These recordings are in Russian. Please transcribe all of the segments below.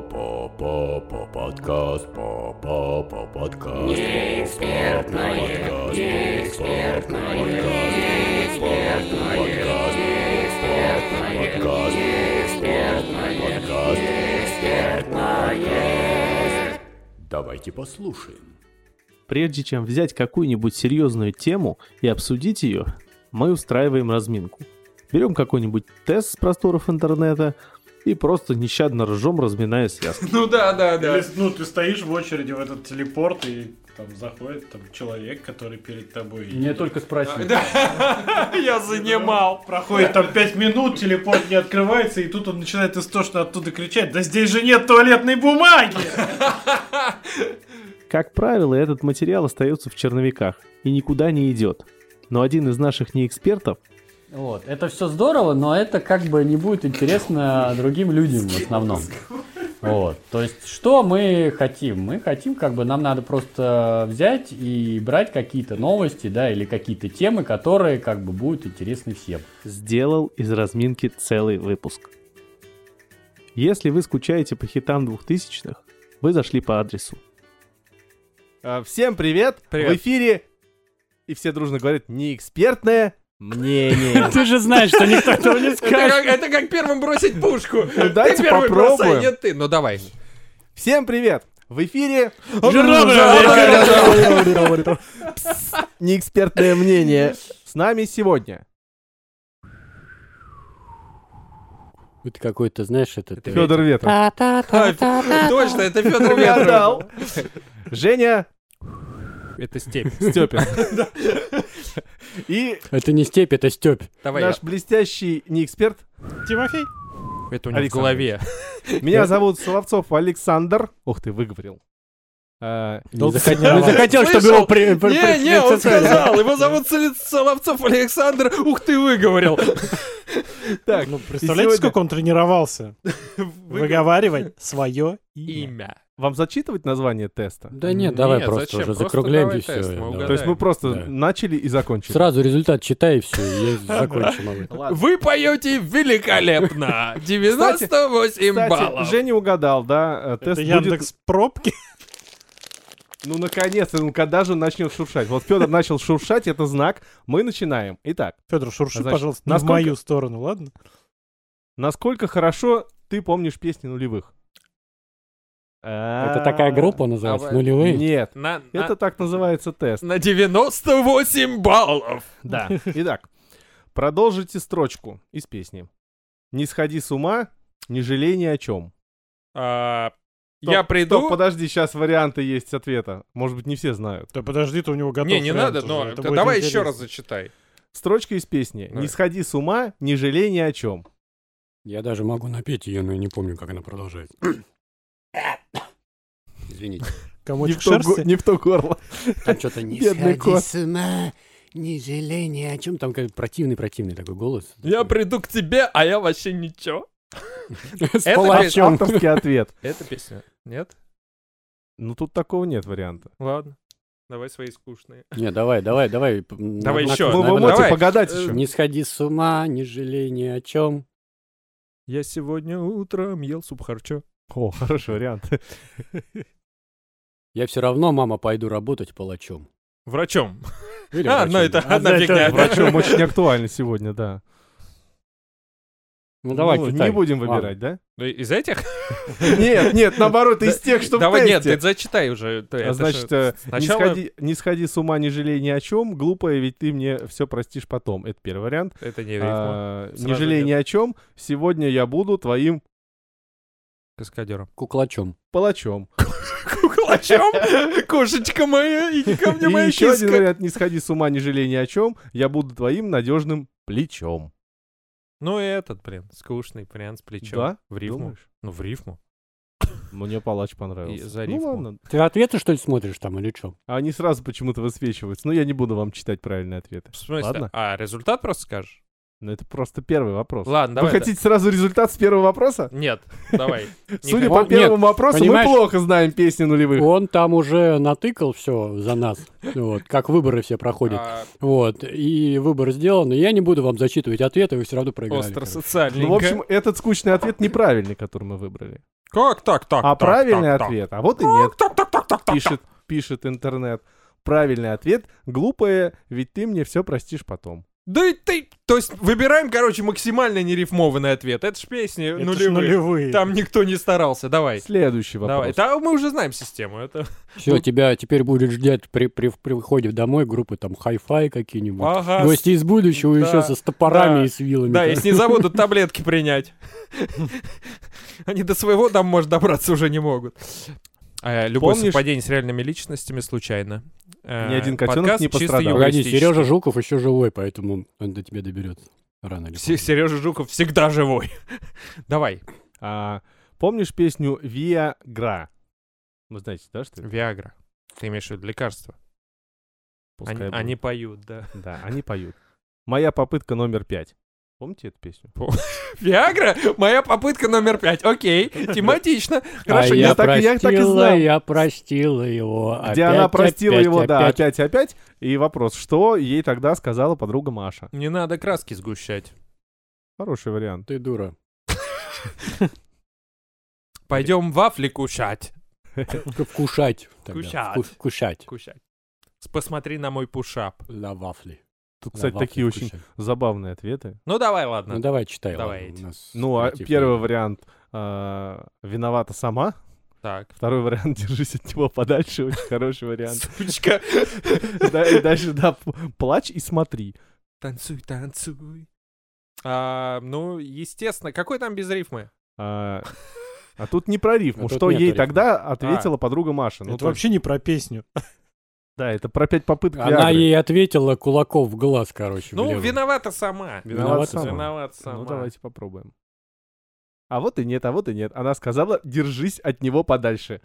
По-по-по-по подкаст, по-по-по подкаст. Неэкспертное, неэкспертное, неэкспертное, подкаст, неэкспертное, подкаст, неэкспертное. Давайте послушаем. Прежде чем взять какую-нибудь серьезную тему и обсудить ее, мы устраиваем разминку. Берем какой-нибудь тест с просторов интернета и просто нещадно ржем, разминая связки. Ну да, да, да. Или, ну, ты стоишь в очереди в этот телепорт, и там заходит там, человек, который перед тобой. И Мне только спросили. Я занимал. Проходит там 5 минут, телепорт не открывается, и тут он начинает истошно оттуда кричать, да здесь же нет туалетной бумаги! Как правило, этот материал остается в черновиках и никуда не идет. Но один из наших неэкспертов Вот. Это все здорово, но это как бы не будет интересно другим людям в основном. Вот. То есть, что мы хотим? Мы хотим, как бы, нам надо просто взять и брать какие-то новости, да, или какие-то темы, которые, как бы, будут интересны всем. сделал из разминки целый выпуск. Если вы скучаете по хитам 2000-х, вы зашли по адресу. А, Всем привет. Привет. В эфире и все дружно говорят неэкспертное мнение. Ты же знаешь, что никто этого не Это как, это как первым бросить пушку. давайте ты первый бросай, попробуем. нет ты. Ну давай. Всем привет. В эфире Пс, неэкспертное мнение. С нами сегодня Это какой-то, знаешь, это... Федор Ветров, Точно, это Федор Ветров. Угадал. Женя Это степь. Степин и Это не степь, это степь. Давай. наш блестящий неэксперт. Тимофей? Это у него в голове. Меня зовут Соловцов Александр. Ух ты, выговорил. А, Не захотел, не захотел, чтобы его... при- при- Не, не, он сказал. Его зовут Соле- Соловцов Александр. Ух ты, выговорил. Так, Ну, представляете, сегодня- сколько он тренировался? Выговаривать свое имя. Имя. вам зачитывать название теста? Да нет, давай Не, просто зачем? уже Просто закругляем давай и все. тест, мы угадаем. То есть мы просто Да. начали и закончили. Сразу результат читай и все, и закончим об этом. Вы поете великолепно. 98 Кстати, баллов. Женя угадал, да? э, Тест Это будет... Яндекс пробки. Ну, наконец-то, ну когда же он начнет шуршать? Вот Федор начал шуршать, это знак. Мы начинаем. Итак, Федор, шурши, Значит, пожалуйста, не в насколько- мою сторону, ладно? насколько хорошо ты помнишь песни нулевых? А, Это такая группа называется, Давай. нулевые. Нет, На, на- это так называется тест. на 98 баллов. Да. Итак, продолжите строчку из песни. Не сходи с ума, не жалей ни о чем. А, Стоп, я Стоп, приду. подожди, сейчас варианты есть ответа. Может быть, не все знают. Да подожди, ты у него готов. Не, не вариант надо, уже, но это да будет давай еще интересно. раз зачитай. Строчка из песни. Давай. Не сходи с ума, не жалей ни о чем. Я даже могу напеть ее, но я не помню, как она продолжается. Извините. Комочек в то го- шерсти. не в то горло. Там что-то не Бедный сходи кот. с ума, не жалей ни о чем. Там как противный-противный такой голос. Я приду к тебе, а я вообще ничего. С Это а, палачом. Авторский ответ. Это песня? Нет? Ну тут такого нет варианта. Ладно. Давай свои скучные. Не, давай, давай, давай. п- Давай на- еще. на- Вы, вы на- наверное, можете давай. погадать Э, еще. Не сходи с ума, не жалей ни о чем. Я сегодня утром ел суп харчо. О, хороший вариант. Я все равно, мама, пойду работать палачом. Врачом. Или А, врачом, ну это да. одна да, фигня. это Врачом очень актуально сегодня, да. Ну давай, Ну, Китай. Не будем Ладно. выбирать, да? Ну, Из этих? Нет, нет, наоборот, из тех, что в Давай, нет, тесте. ты зачитай уже. Ты- А это Значит, же э, не сначала- сходи, не сходи с ума, не жалей ни о чем. Глупая, ведь ты мне все простишь потом. Это первый вариант. Это не рифма. А, Не Сразу жалей идет. ни о чем. Сегодня я буду твоим Каскадером. Куклачом. палачом. Кулачом? Кошечка моя, иди ко И мне, моя еще один киска. вариант. Не сходи с ума, не жалей ни о чем. Я буду твоим надежным плечом. Ну и этот, блин, скучный вариант с плечом. Да? В рифму. Думаешь? Ну, в рифму. Мне палач И понравился. за ну рифму. ладно. Ты ответы, что ли, смотришь там или что? А Они сразу почему-то высвечиваются. Но я не буду вам читать правильные ответы. В смысле? Ладно. А, результат просто скажешь? Но это просто первый вопрос. Ладно, Вы давай. да. хотите сразу результат с первого вопроса? Нет, давай. Не Судя хочу. по Нет, первому вопросу, понимаешь- мы плохо знаем песни нулевых. Он там уже натыкал все за нас. Вот, как выборы все проходят. А, Вот, и выбор сделан. И я не буду вам зачитывать ответы, вы все равно проиграли. Остро короче. социальненько. Ну, в общем, этот скучный ответ неправильный, который мы выбрали. Как так, так? А так, правильный так, так? ответ, а вот и нет, Так, так, так, так, так, так. пишет, пишет интернет. Правильный ответ, глупая, ведь ты мне все простишь потом. Да и ты... То есть выбираем, короче, максимально нерифмованный ответ. Это ж песни Это ж нулевые. нулевые. Там никто не старался. Давай. Следующий Давай. вопрос. Да, мы уже знаем систему. Это... Все, тебя теперь будет ждать при, при, при выходе домой группы там хай-фай какие-нибудь. Ага. Гости из будущего и А, Да, все со стопорами да. и с вилами. Да, если не забудут таблетки принять. Они до своего там, может, добраться уже не могут. Э, Любое Помнишь- совпадение с реальными личностями случайно. Э, Ни один котенок подкаст не чисто пострадал. Погоди, юмористический. Сережа Жуков еще живой, поэтому он до тебя доберется. Рано или Се- поздно. Сережа Жуков всегда живой. Давай, А, помнишь песню Виа Гра? Вы знаете, да, что это? Виагра. Ты имеешь в виду лекарства? Пускай Они, будет. они поют, да. Да, они поют. Моя попытка номер пять. Помните эту песню? Виагра? Моя попытка номер пять. Окей, тематично. Хорошо, а я я, так и- я так и простила, знал. я простила его. Где опять, она простила опять, его, да, опять. опять, опять. И вопрос, что ей тогда сказала подруга Маша? Не надо краски сгущать. Хороший вариант. Ты дура. Пойдем вафли кушать. Только Вкушать. тогда. Кушать. Вку- Вкушать. Кушать. С- Посмотри на мой пушап. На вафли. Тут, На кстати, вафли такие очень вкушать. забавные ответы. Ну давай, ладно. Ну давай читай. Давай ладно, эти. у нас Ну, а типа- первый вариант а, виновата сама. Так. Второй вариант держись от него подальше. Очень хороший вариант. Сучка. Да, и дальше, да, п- плачь и смотри. Танцуй, танцуй. А, ну, естественно, какой там без рифмы? А а тут не про рифму. А тут Что нет ей рифмы. А. тогда ответила подруга Маша? Ну, Это то есть- вообще не про песню. Да, это про пять попыток Она Виагры. ей ответила кулаков в глаз, короче. Ну, влево. виновата сама. Виновата Виновата сама. Виновата сама. Ну, давайте попробуем. А вот и нет, а вот и нет. Она сказала, держись от него подальше.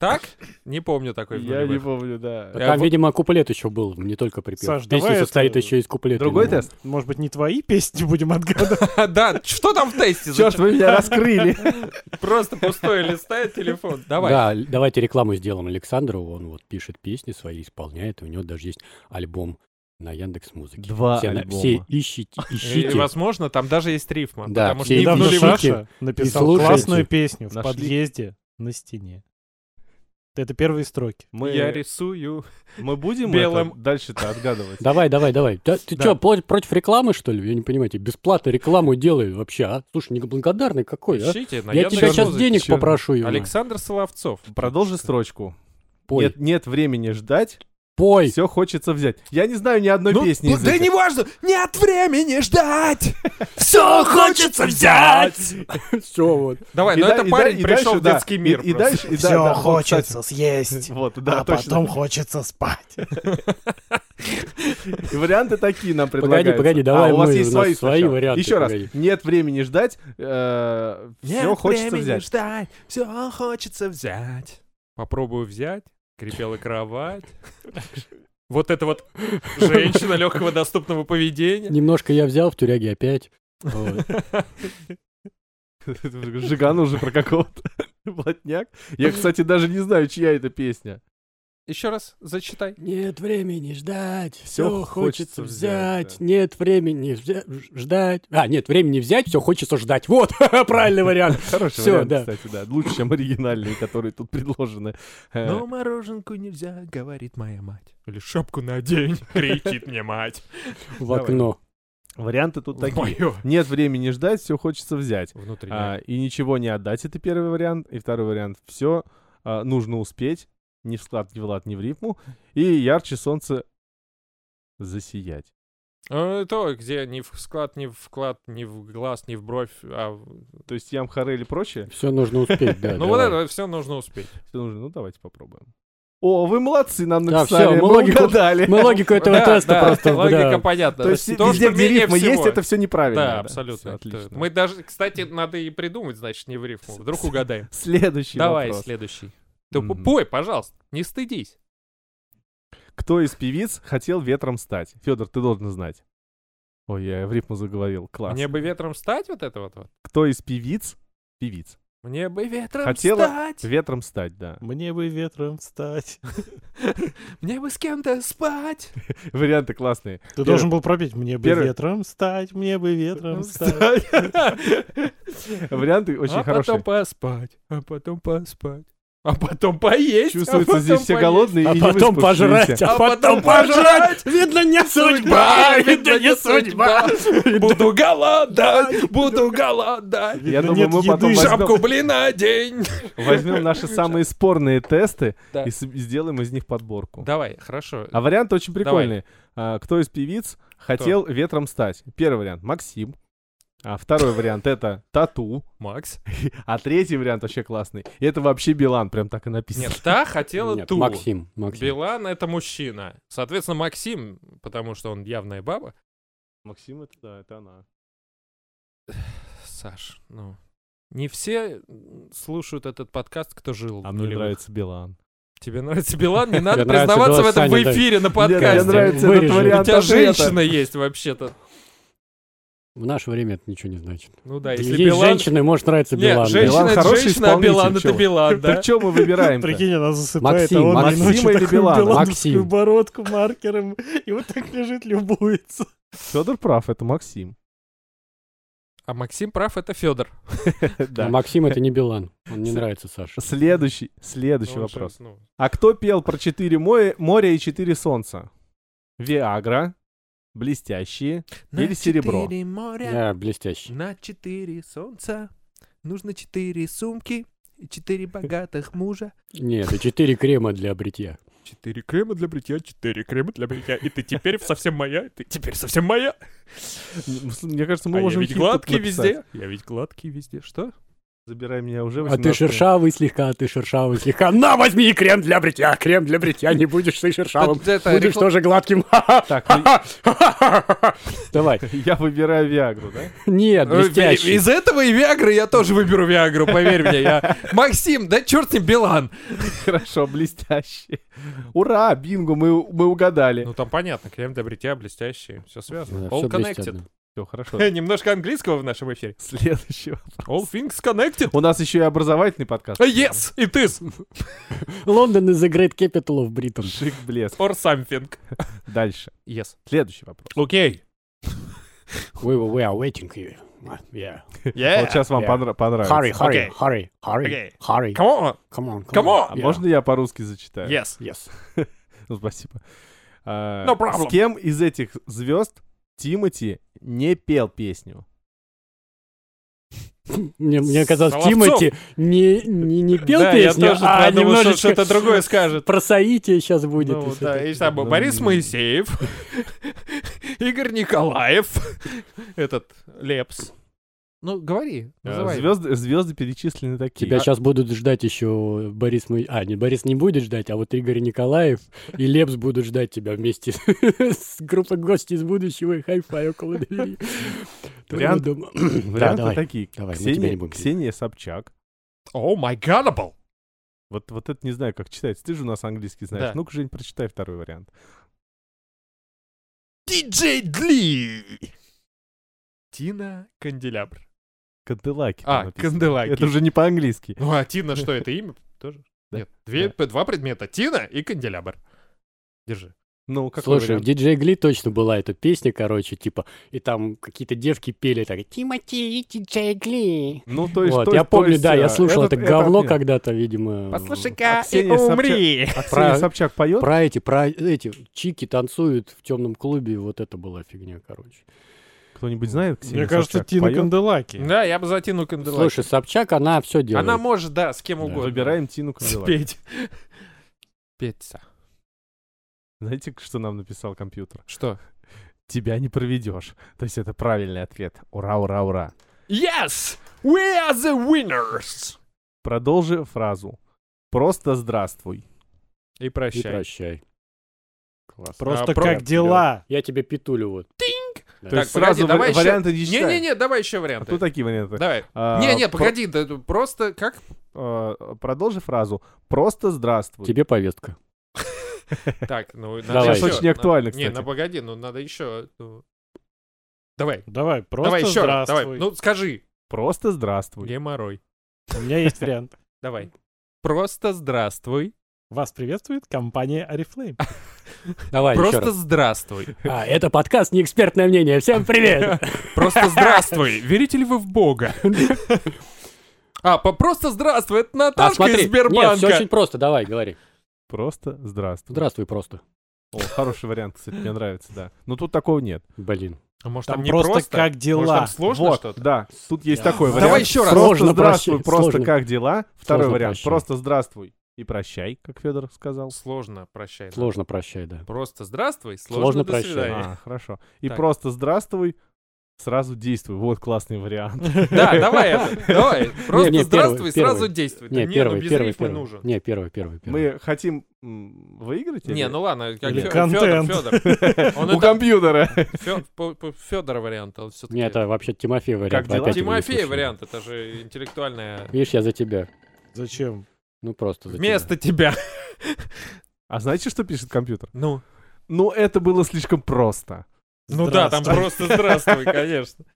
Так? Не помню такой. в Я не нулевых. помню, А да. Я Там, вот- видимо, куплет еще был, не только припев. Саш, Песня давай состоит это- еще из куплета. Другой иногда. тест? Может быть, не твои песни будем отгадывать? Да, что там в тесте? Черт, вы меня раскрыли. Просто пустое листает телефон. Давай. Да, л- давайте рекламу сделаем Александру. Он вот пишет песни свои, исполняет. и У него даже есть альбом на Яндекс Музыке. Два все, на- альбома. все ищите, И, ищите. возможно, там даже есть рифма. Да, Потому что не все в эти Недавно ищите. нулевых. Саша написал слушайте. классную песню в Нашли. подъезде на стене. Это первые строки. Я Мы, рисую. мы будем белым. это дальше-то отгадывать? Давай, давай, давай. Да, ты Да. что, против рекламы, что ли? Я не понимаю, тебе бесплатно рекламу делаю вообще, а? Слушай, неблагодарный какой, а? Ищите на Я тебя сейчас Яндекс.Музыке. денег чёрт. попрошу, Юна. Александр Соловцов. Продолжи строчку. Пой, Нет, нет времени ждать, пой. все хочется взять. Я не знаю ни одной Ну, песни ну, из да этих. не важно, нет времени ждать. Все хочется взять. Все, вот. Давай, И ну да- это и да- парень и дальше, пришел в да, детский и- мир. И, просто. дальше, и да, Все да, вот, хочется съесть, кстати, Вот, да, а точно. потом хочется спать. И варианты такие нам Погоди, предлагаются. погоди, а, давай у вас мы- есть у нас свои, свои сначала. варианты, Еще раз. погоди. Нет времени ждать, э, все Нет хочется времени взять. ждать, все хочется взять. Попробую взять, крепела кровать. Вот это вот женщина легкого доступного поведения. Немножко я взял в тюряге опять. Вот. Жиган уже про какого-то блатняк. Я, кстати, даже не знаю, чья это песня. Еще раз зачитай. Нет времени ждать, Всё все, хочется хочется взять, взять. да. Нет времени взя- ждать. А, нет времени взять, все хочется ждать. Вот, правильный вариант. Хороший Всё, вариант, да. кстати, да. Лучше, чем оригинальные, которые тут предложены. Э, Но мороженку нельзя, говорит моя мать. Или шапку надень, кричит мне мать. В Давай. окно. Варианты тут такие. Мое. Нет времени ждать, все хочется взять. Внутри. А, и ничего не отдать, это первый вариант. И второй вариант, все нужно успеть. Ни в склад, ни в лад, ни в рифму. И ярче солнце засиять. А, То, где ни в склад, ни в вклад, ни в глаз, ни в бровь, а... в- То есть ям харе или прочее, Все нужно успеть, да. Ну вот давай. это все нужно успеть. всё нужно. Ну, давайте попробуем. О, вы молодцы, нам Да, написали. всё, мы мы логику- угадали. Мы логику этого Да, теста да, просто... Логика да. понятна. То есть То, везде, что где менее рифма есть, всего. это все неправильно. Да, Всё абсолютно. То- отлично. Мы даже, кстати, надо и придумать, значит, не в рифму. Вдруг угадаем. Следующий Давай, вопрос. следующий. Да Мгм. пой, пожалуйста, не стыдись. Кто из певиц хотел ветром стать? Федор, ты должен знать. Ой, я в рифму заговорил. Класс. Мне бы ветром стать вот это вот. вот. Кто из певиц? Певиц. Мне бы ветром Хотела- стать, Ветром стать, да. Мне бы ветром встать. мне бы с кем-то спать. Варианты классные. Ты должен был пропеть. Мне бы Первый. ветром встать, мне бы ветром встать. Варианты а очень потом хорошие. поспать, а потом поспать, а потом поесть. а Чувствуется потом здесь все поесть. голодные А и не потом выспавшиеся. пожрать, а А потом потом пожрать. Видно, не судьба, видно, не судьба. Буду голодать, буду голодать. Я Видно, думаю, нет мы потом еды. Шапку возьмем, блина день. возьмем наши самые спорные тесты Да. и с- сделаем из них подборку. Давай, хорошо. А варианты очень Давай. прикольные. А, Кто из певиц хотел ветром стать? Первый вариант — Максим. А второй вариант — это Тату. Макс? А третий вариант вообще классный. И это вообще Билан, прям так и написано. Нет, та хотела Нет, ту. Максим, Максим. Билан — это мужчина. Соответственно, Максим, потому что он явная баба. Максим — это да, это она. Саш, ну... Не все м, слушают этот подкаст, кто жил. А в мне нулевых. нравится Билан. Тебе нравится Билан? Не надо нравится признаваться в голос этом в Сани, да. эфире на Мне подкасте. нравится этот Вырежем. У вариант. а тебя ответа. женщина есть вообще-то. В наше время это ничего не значит. Ну да, Есть если Билан... женщины, может нравиться Нет, Билан. женщина Билан это хороший женщина, а исполнитель, Билан это чувак. Билан, да? Так чё мы выбираем Прикинь, она засыпает, Максим, а он Максим ночью или такую Билан? билановскую Максим. бородку маркером, и вот так лежит, любуется. Федор прав, это Максим. А Максим прав, это Федор. А Да. Максим это не Билан. Он не нравится Саше. Следующий, следующий Ну, вопрос. А кто пел про четыре моя- моря и четыре солнца? Виагра, Блестящие или Серебро? четыре моря, Я блестящий. на четыре солнца, нужно четыре сумки и четыре богатых мужа. Нет, и четыре крема для бритья. Четыре крема для бритья, четыре крема для бритья. И ты теперь совсем моя, ты теперь совсем моя. М, с- Мне кажется, мы А я Ну, можем ведь хит тут гладкий написать. везде. Я ведь гладкий везде. Что? Забирай меня уже. А ты 18. шершавый слегка, ты шершавый слегка. На, возьми и крем для бритья, крем для бритья. Не будешь ты шершавым. Это- это Будешь рекла- тоже гладким. Так, ну, Давай. я выбираю Виагру, да? Нет, Э, блестящий. Из этого и Виагры я тоже выберу Виагру, поверь мне. Я... Максим, да черт с ним, Билан. Хорошо, блестящие. Ура, бинго, мы, у- мы угадали. Ну там понятно, крем для бритья, блестящие, все связано. Да, All всё connected. блестяно. Все, хорошо. Немножко английского в нашем эфире. Следующий вопрос. All things connected. У нас еще и образовательный подкаст. Э, Yes, it is. Лондон is the great capital of Britain. Шик блеск. Or something. Дальше. Yes. Следующий вопрос. Окей. We, we are waiting you. Yeah. Э, Вот сейчас вам yeah. понра- понравится. Hurry, hurry, Окей. hurry, hurry, Окей. hurry. Come on. Come on, Come А on. Yeah. можно я по-русски зачитаю? Yes. Yes. Ну, спасибо. А, No problem. С кем из этих звезд Тимати не пел песню? Мне, мне казалось, Соловцов. Тимати не, не, не пел да, песню, я тоже а подумал, что немножечко что-то другое скажет. про Саития сейчас будет. Ну, если да, ты- и там был Борис Ну, Моисеев, Игорь Николаев, этот Лепс. Ну, говори, называй. Звезды, А, звезды перечислены такие. Тебя А, сейчас будут ждать еще Борис Мой... А, не, Борис не будет ждать, а вот Игорь Николаев и Лепс будут ждать тебя вместе с- с группой гостей из будущего и хай-фай около двери. Вариант- Твоего дома. Да, Варианты давай. такие. Давай, мы тебя Ксения, не будем Ксения Собчак. О май гадабл! Вот, вот это не знаю, как читается. Ты же у нас английский знаешь. Да. Ну-ка, Жень, прочитай второй вариант. Диджей Дли! Тина Канделябр. Кадылаки. там А, написано. Канделаки. Это уже не по-английски. Ну, а Тина что, это имя тоже? Да. Нет, две, два предмета. Тина и Канделябр. Держи. Ну, как Слушай, в диджей Гли точно была эта песня, короче, типа, и там какие-то девки пели так, Тимати и диджей Гли. Ну, то есть... вот, то я есть- то помню, есть, да, э, я слушал это, этот- говно отмена. когда-то, видимо. э, А Послушай-ка и Ксения Собчак- умри! А Ксения Про- Собчак поет? Про эти, про эти, чики танцуют в темном клубе, вот это была фигня, короче. Кто-нибудь знает Ксения Мне кажется, Собчак Тина поёт? Канделаки. Да, я бы за Тину Канделябр. Слушай, Собчак, она все делает. Она может, да, с кем Да. угодно. Выбираем Тину Канделаки. Спеть. Петься. Знаете, что нам написал компьютер? Что? тебя не проведешь. То есть это правильный ответ. Ура, ура, ура. Yes! We are the winners! Продолжи фразу. Просто здравствуй. И И прощай. прощай. Просто а про- как дела? Я тебе петулю вот. То Так, есть погоди, сразу давай ва- ещё- варианты не читай. Не-не-не, давай еще А варианты. тут такие варианты. Давай. А, Не-не, про- погоди, да, да, просто как... а, Продолжи фразу. Просто здравствуй. Тебе повестка. Так, ну, надо Давай. ещё. Сейчас очень актуально, Надо- Не, кстати. ну погоди, ну надо еще... Давай, Давай, давай просто еще раз, давай. здравствуй. Ну, скажи. Просто здравствуй. Геморрой. У меня есть вариант. Давай. Просто здравствуй. Вас приветствует компания Арифлейм. А Давай еще Просто раз. здравствуй. А, это подкаст «Неэкспертное мнение». Всем привет! Просто здравствуй. Верите ли вы в Бога? А, по- просто здравствуй, это А, Наташка смотри. из Нет, все Сбербанка. очень просто, давай, говори. Просто здравствуй. Здравствуй просто. О, хороший вариант, кстати, мне нравится, да. Но тут такого нет. Блин. А может, Там просто как Может, дела. там сложно Вот, что-то? Да, тут есть такой Давай вариант. еще раз. Просто Сложно здравствуй, прощать, просто сложно. как дела. Второй Сложно вариант, прощать. просто здравствуй и прощай, как Федор сказал. Сложно, прощай. да. Сложно прощай, да. Просто здравствуй, Сложно сложно, до прощай. свидания. А, хорошо. И Так. просто здравствуй, сразу действуй. Вот классный вариант. Да, давай это, давай. не, Просто первый, здравствуй, сразу первый. действуй. Да Не, ну первый, без первый, рифмы первый. нужен. Не, первый, первый, первый. Мы хотим м, выиграть? Не, или- ну ладно, как Или Федор, контент. Федор. Он у это компьютера. Федора вариант, а он все-таки. Не, это вообще Тимофей вариант. Как вы дела? опять его не Тимофей слышали. вариант, это же интеллектуальная. Видишь, я за тебя. Зачем? Ну просто за Вместо тебя. А знаете, что пишет компьютер? Ну, Ну, это было слишком просто. ну да, там Здравствуй. просто здравствуй, конечно.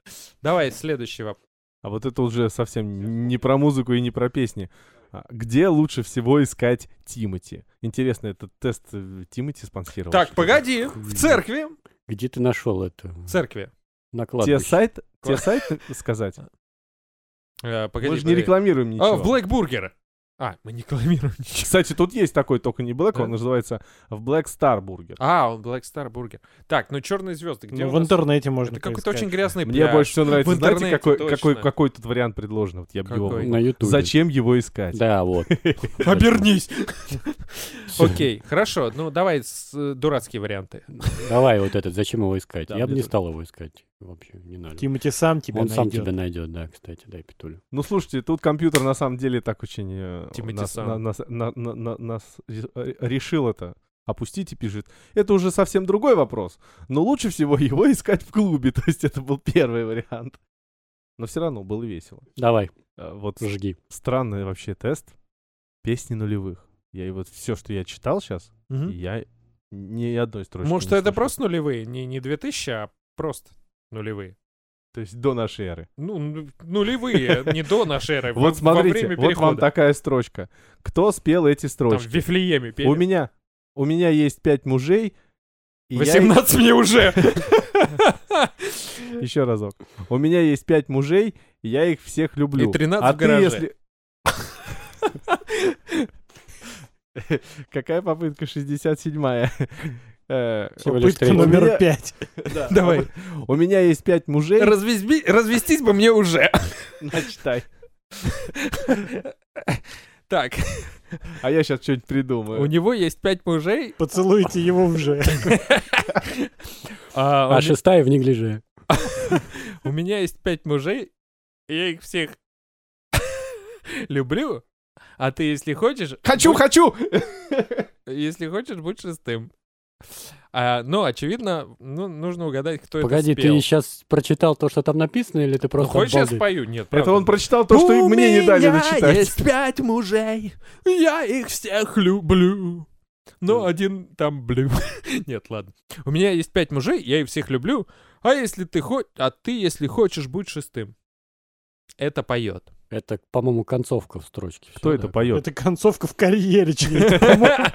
Давай следующий вопрос. А вот это уже совсем не про музыку и не про песни. А, Где лучше всего искать Тимати? Интересно, этот тест э, Тимати спонсировал? Так, что ли? погоди, в церкви, тебя. Где ты нашел это? в церкви. На Тебе кладбище. сайт, тебе сайт сказать? Э, Погоди, Мы же не погоди. рекламируем А, в ничего. Блэкбургер. А, мы не рекламируем ничего. Кстати, тут есть такой, только не Black, Да? он называется в Black Star Burger. А, он Black Star Бургер. Так, ну черные звезды, где Ну, у в нас? интернете можно Это какой-то поискать. очень грязный Мне пляж. больше всего нравится, В знаете, интернете, какой, точно. какой, какой тут вариант предложен? Вот я бы его- Какой? На ютубе. Зачем его искать? Да, вот. Обернись! Окей, хорошо, ну давай с, э, дурацкие варианты. Давай вот этот, зачем его искать? Да, Я бы мне не тоже. стал его искать. Вообще, не надо. Тимати сам тебя Он сам найдёт. тебя найдет, да, кстати, дай петулю. Ну, слушайте, тут компьютер на самом деле так очень... э, Тимати нас, сам. на- нас- на- на- на- нас ре- э, решил это опустить и пишет. Это уже совсем другой вопрос. Но лучше всего его искать в клубе. То есть это был первый вариант. Но все равно было весело. Давай, Э, Вот жги. странный вообще тест. Песни нулевых. Я и вот все, что я читал сейчас, я ни одной строчки Может, не это слышал. просто нулевые? Не, не 2000, а просто нулевые. То есть до нашей эры. Ну, ну, нулевые, не до нашей эры. во- Вот во время смотрите, вот вам перехода. такая строчка. Кто спел эти Там в строчки? Вифлееме пели. У меня, у меня есть пять мужей. и я их- 18 мне уже! Еще разок. У меня есть пять мужей, и я их всех люблю. И 13 а ты, в гараже. если... Какая попытка 67-я? Э, Всего лишь Пытка третий. У меня- номер пять. Давай. У меня есть пять мужей. Развезби- Развестись бы мне уже. Начитай. Так, А я сейчас что-нибудь у придумаю. него есть пять мужей. Поцелуйте его уже. а, А у, шестая в неглиже. у меня есть пять мужей. и Я их всех люблю. А ты, если хочешь... Хочу, хочу! Если хочешь, будь шестым. А, ну, очевидно, ну, нужно угадать, кто Погоди, это спел. ты сейчас прочитал то, что там написано, или ты Ну, просто Хочешь, я обалдел? спою? Нет, Это правда. он прочитал то, что и мне не дали дочитать. есть пять мужей, я их всех люблю. Но один там блю. Нет, ладно. У меня есть пять мужей, я их всех люблю. А если ты хоть... А ты, если хочешь, будь шестым. Это поет. Это, по-моему, концовка в строчке. Кто Всё, это да. поет? Это концовка в карьере. чьей-то.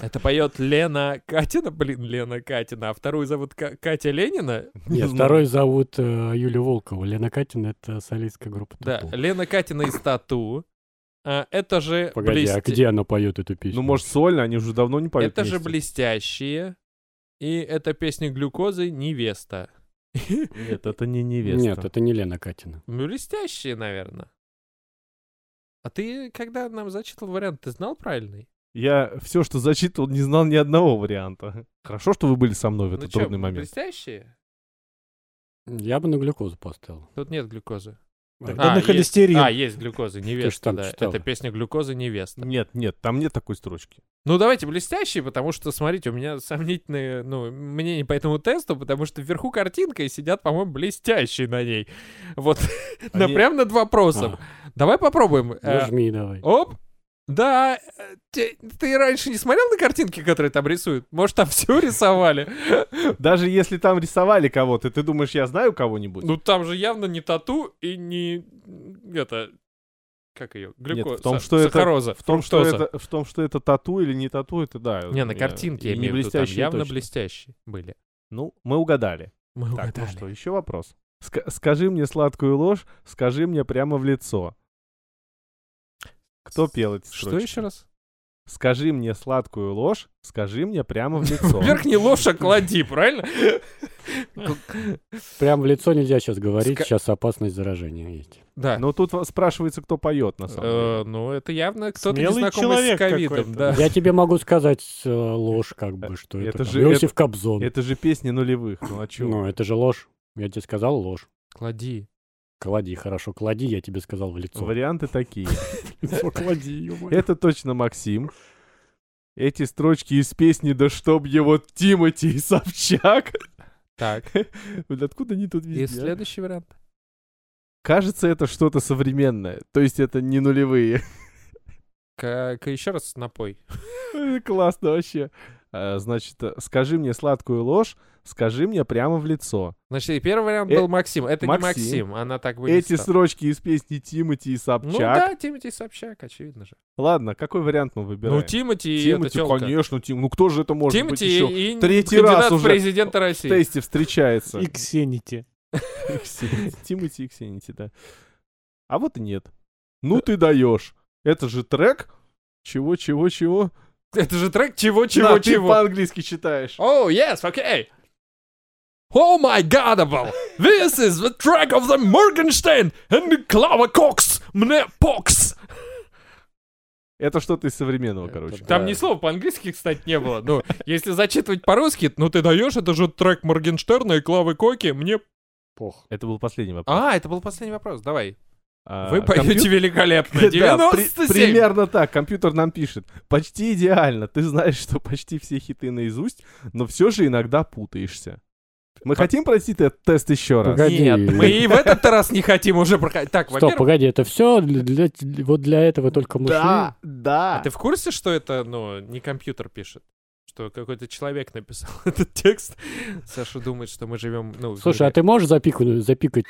Это поет Лена Катина. Блин, Лена Катина. А вторую зовут Ка- Катя Ленина. Нет, второй зовут э, Юлия Волкова. Лена Катина — это солистская группа. Да, «Тату». Лена Катина из Тату. А, это же... Погоди, а блесте- где она поет эту песню? Ну, может, сольно, они уже давно не поют Это же вместе. блестящие. И это песня глюкозы невеста. Нет, это не невеста. Нет, это не Лена Катина. Ну, Блестящие, наверное. А ты, когда нам зачитал вариант, ты знал правильный? Я все, что зачитывал, не знал ни одного варианта. Хорошо, что вы были со мной в этот ну, чё, трудный момент. Блестящие? Я бы на глюкозу поставил. Тут нет глюкозы. Да на есть- холестерин. А, есть глюкоза, невеста, там да. читала. Это песня глюкозы невеста. Нет, нет, там нет такой строчки. Ну, давайте блестящие, потому что, смотрите, у меня сомнительные, ну, мнение по этому тесту, потому что вверху картинка, и сидят, по-моему, блестящие на ней. Вот, на- Они- прям над вопросом. Давай попробуем. А, ну Э, жми давай. Оп! Да, э, те- ты раньше не смотрел на картинки, которые там рисуют? Может, там все рисовали? Даже если там рисовали кого-то, ты Ну, думаешь, я знаю кого-нибудь? Ну, там же явно не тату и не... Это... Как ее? Нет, Глюкоза. в том, что это- сахароза. В том, что фруктоза. это, в том, что это тату или не тату, это да. Не, на я- картинке и я не имею в виду, там блестящие явно точно. блестящие были. Ну, мы угадали. Мы Так, ну угадали. что, еще вопрос? Ска- скажи мне сладкую ложь, скажи мне прямо в лицо. Кто пел эти Что строчки? еще раз? Скажи мне сладкую ложь, скажи мне прямо в лицо. Верхний ложа клади, правильно? Прям в лицо нельзя сейчас говорить, Ска- сейчас опасность заражения есть. Да. Но тут во- спрашивается, кто поет Ну, на самом Э, деле. Ну, это явно кто-то Смелый незнакомый с человек ковидом, какой-то. да. Я тебе могу сказать э, ложь, как бы, что это, Это там же- Иосиф ну, Кобзон. Это же песни нулевых, ну а чё? Ну, это же ложь. Я тебе сказал ложь. Клади. Клади, хорошо, клади, я тебе сказал в ну. лицо. Варианты такие. Клади, ё-моё. Это точно Максим. Эти строчки из песни «Да чтоб его Тимати и Собчак». Так, Вот Откуда они тут и везде? а? следующий вариант. Кажется, это что-то современное. То есть это не нулевые. Как еще раз напой. Классно вообще. А, Значит, э, скажи мне сладкую ложь, скажи мне прямо в лицо. Значит, и первый вариант Э, был Максим. Это не Максим. Максим, она так бы не Эти стала. строчки из песни Тимати и Ну Собчак. да, Тимати Собчак, очевидно же. Ладно, какой вариант мы выбираем? Ну, Тимати и эта Тимати, тёлка. конечно, Тим. Ну кто же это может быть Тимати еще? и Третий кандидат раз в уже президента В России. тесте встречается. И ксените. Тимати и Ксенити, да. А вот и нет. Ну ты даешь. Это же трек. Чего, чего, чего? Это же трек Да, ты чего-чего-чего. по-английски читаешь. О, yes, окей. Oh my godable! This is the track of the Morgenstein and the Клава Кокс! Мне покс! Это что-то из современного, короче. Там Да. ни слова по-английски, кстати, не было. Ну, если зачитывать по-русски, ну ты даешь, это же трек Моргенштерна и Клавы Коки, мне... Пох. Это был последний вопрос. А, это был последний вопрос, давай. А, Вы поете компьютер- великолепно. Да, при- 97! примерно так. Компьютер нам пишет. Почти идеально. Ты знаешь, что почти все хиты наизусть, но все же иногда путаешься. Мы хотим пройти этот тест еще раз. Погоди. Нет, мы и в этот раз не хотим уже проходить. Так, Стоп, во-первых, погоди, это все для, для- вот для этого только мы Да, да. а ты в курсе, что это, ну, не компьютер пишет? Что какой-то человек написал этот текст. Саша думает, что мы живем, ну... в шли. Слушай, а мире. ты можешь запикать, запикать?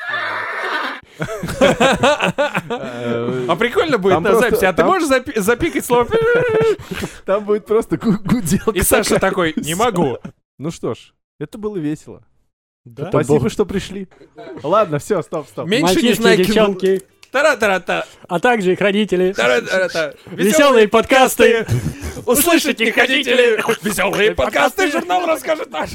А прикольно будет Там на просто- записи. А ты там- можешь запи- запикать слово Там будет просто гу- гуделка. И Саша такой, не могу. Ну что ж, это было весело. Да? Спасибо, бог. что пришли. Ладно, все, стоп, стоп. Меньше Мальчишки, не знаю, девчонки, Тара-тара-та. а также их родители. Тара-тара-та. Веселые подкасты. Услышать не хотите ли? Веселые подкасты журнал расскажет наш.